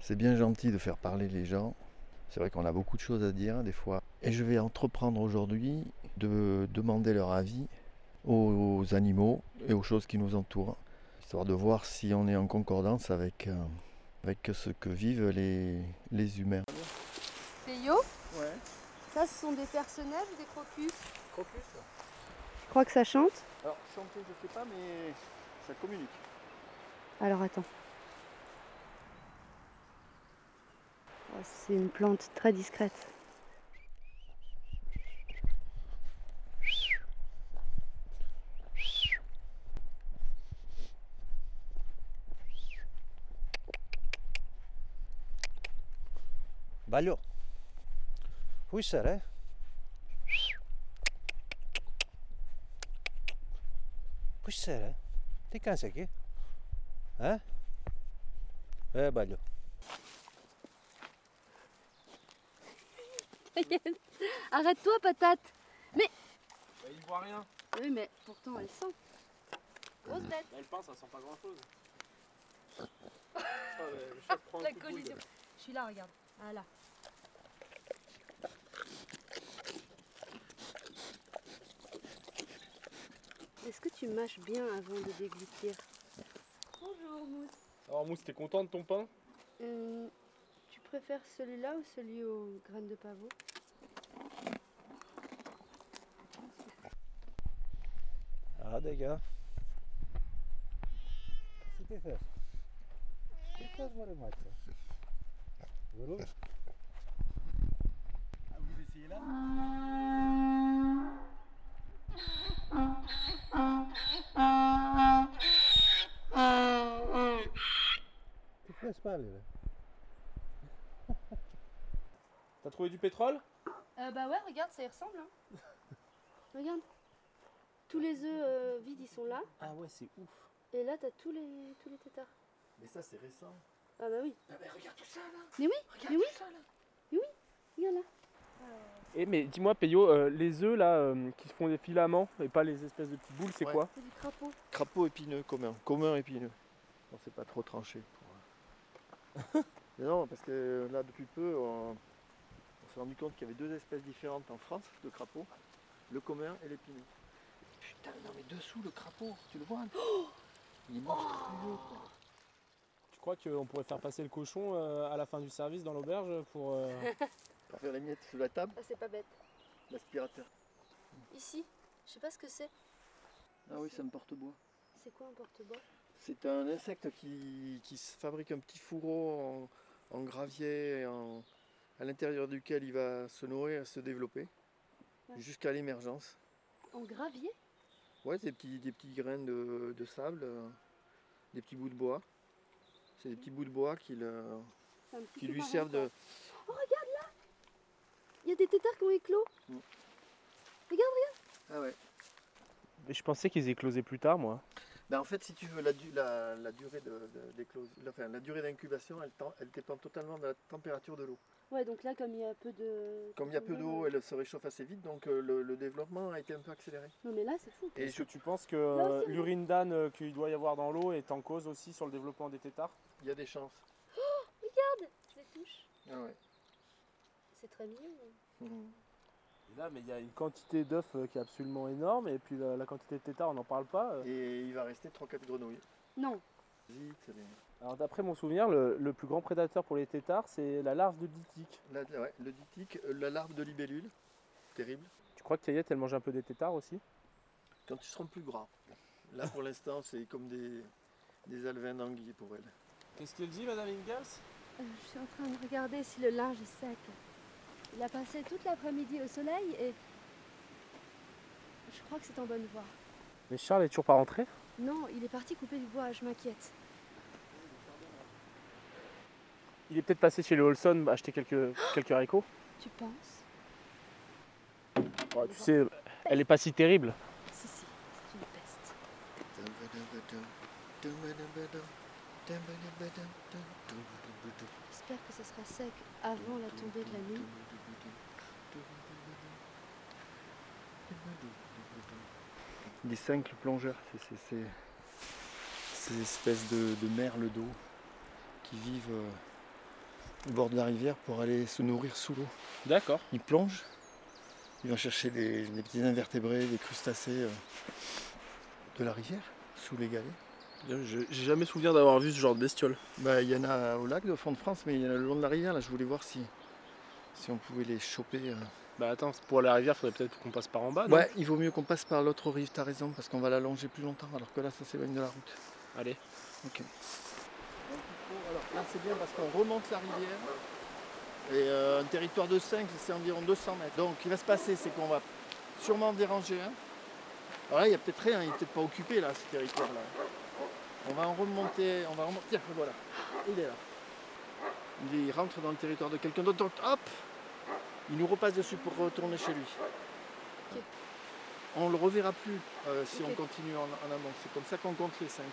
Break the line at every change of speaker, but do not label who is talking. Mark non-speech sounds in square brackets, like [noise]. C'est bien gentil de faire parler les gens. C'est vrai qu'on a beaucoup de choses à dire des fois. Et je vais entreprendre aujourd'hui de demander leur avis aux animaux et aux choses qui nous entourent, histoire de voir si on est en concordance avec, euh, avec ce que vivent les, les humains.
C'est Yo
Ouais.
Ça, ce sont des personnages ou des crocus
Crocus
Je crois que ça chante.
Alors, chanter, je sais pas, mais ça communique.
Alors attends. Oh, C'est une plante très discrète.
Ballo. Húsar, eh? Húsar, eh? Det kanske inte. Eh? Eh, Ballo.
[laughs] Arrête-toi, patate
Bah,
il voit rien.
Oui, mais pourtant elle sent. Grosse bête
Elle pense, elle sent pas grand chose.
Ah,
La collision Je suis là, regarde. Voilà. Est-ce que tu mâches bien avant de déglutir Bonjour, Mousse.
Alors, Mousse, t'es content de ton pain
Euh, tu préfères celui-là ou celui aux graines de pavot
Ja, det är gött. Sitt först. Sitt först var det matchen. Guru.
Vous essayez là
Sitt först var det.
T'as trouvé du pétrole
Bah ouais, regarde, ça y ressemble. hein. [laughs] regarde, tous les œufs euh, vides, ils sont là.
Ah ouais, c'est ouf.
Et là, t'as tous les, tous les tétards.
Mais ça, c'est récent.
Ah bah oui,
mais regarde tout ça là
mais oui, mais oui, regarde là.
Et Eh, mais dis-moi, Peyo, euh, les œufs là euh, qui font des filaments et pas les espèces de petites boules, c'est
Ouais.
quoi
C'est du crapaud.
Crapaud épineux commun, commun épineux. On s'est pas trop tranché. [laughs] pour- euh. Mais non, parce que euh, là, depuis peu, on, on s'est rendu compte qu'il y avait deux espèces différentes en France de crapauds, le commun et l'épineux. Putain, non mais dessous, le crapaud, tu le vois hein Il est monstrueux. quoi.
Tu crois qu'on pourrait faire passer le cochon euh, à la fin du service dans l'auberge pour. euh,
Pour faire les miettes sous la table,
Ah, c'est pas bête.
l'aspirateur.
Mm. Ici, je sais pas ce que c'est.
Ah oui, c'est un porte-bois.
C'est quoi un porte-bois
C'est un insecte qui, qui se fabrique un petit fourreau en, en gravier en- à l'intérieur duquel il va se nourrir et se développer
Ouais.
jusqu'à l'émergence.
En gravier
Ouais, c'est des petits, des petits grains de, de sable, euh, des petits bouts de bois. C'est des petits bouts de bois qui, le-
C'est un petit
qui
peu
lui
marrant,
servent de.
quoi. Il y a des tétards qui ont éclos.
Ah ouais.
[laughs] Mais je pensais qu'ils éclosaient plus tard, moi.
Ben, en fait, si tu veux, la, du- la- la durée de- de- d'éclos- la- enfin, la durée d'incubation, elle, tend- elle dépend totalement de la température de l'eau.
Ouais, donc là, comme il y a peu de.
Comme il y a peu d'eau, elle se réchauffe assez vite, donc euh, le- le développement a été un peu accéléré.
Non, mais là, c'est fou.
Et
Est-ce
je-
que tu penses que
Là
euh,
aussi, oui.
l'urine d'âne euh, qu'il doit y avoir dans l'eau est en cause aussi sur le développement des tétards
il y a des chances.
Je les touche.
Ah ouais.
C'est très mignon.
Mmh.
Et là, mais il y a une quantité d'œufs euh, qui est absolument énorme et puis la, la quantité de tétards, on n'en parle pas. euh.
Et il va rester 3-4 grenouilles.
Non,
Zit,
Alors d'après mon souvenir, le, le plus grand prédateur pour les tétards, c'est la larve de Ditique.
les- la- ouais, le ditique, euh, la larve de libellule, terrible.
Tu crois que Kayette, elle mange un peu des tétards aussi
Quand ils seront plus gras. Là pour l'instant c'est comme des, des alvins d'anguilles pour elle.
Qu'est-ce qu'elle dit, Madame Ingalls
Euh, Je suis en train de regarder si le linge est sec. Il a passé toute l'après-midi au soleil et je crois que c'est en bonne voie.
Mais Charles est toujours pas rentré
Non, il est parti couper du bois, je m'inquiète.
Il est peut-être passé chez les Olson acheter quelques, quelques haricots.
Tu penses
Oh, tu sais, elle est pas si terrible.
Si, si, c'est une peste. J'espère que ce sera sec avant la tombée de la nuit.
Des cinq plongeurs, c'est c'est- c'est- ces espèces de, de merles d'eau qui vivent euh, au bord de la rivière pour aller se nourrir sous l'eau.
D'accord.
Ils plongent, ils vont chercher des, des petits invertébrés, des crustacés euh, de la rivière, sous les galets.
J'ai jamais souvenir d'avoir vu ce genre de bestiole.
Bah, il y en a au lac de fond de France, mais il y en a le long de la rivière. Là, je voulais voir si, si on pouvait les choper. euh.
Bah attends, pour la rivière, faudrait peut-être qu'on passe par en bas. non
ouais, il vaut mieux qu'on passe par l'autre rive, t'as raison, parce qu'on va l'allonger plus longtemps, alors que là, ça s'éloigne de la route.
Allez.
Ok. Alors là, c'est bien parce qu'on remonte la rivière. Et euh, un territoire de 5, c'est environ 200 mètres. Donc, ce qui va se passer, c'est qu'on va sûrement en déranger un. Alors là, il n'y a peut-être rien, il n'est peut-être pas occupé, là, ce territoire-là. On va en remonter, on va remonter. Tiens, le voilà, il est là. Il est- rentre dans le territoire de quelqu'un d'autre, donc hop Il nous repasse dessus pour retourner chez lui.
Ok.
On le reverra plus euh, si
Ok.
on continue en, en amont. C'est comme ça qu'on compte les 5.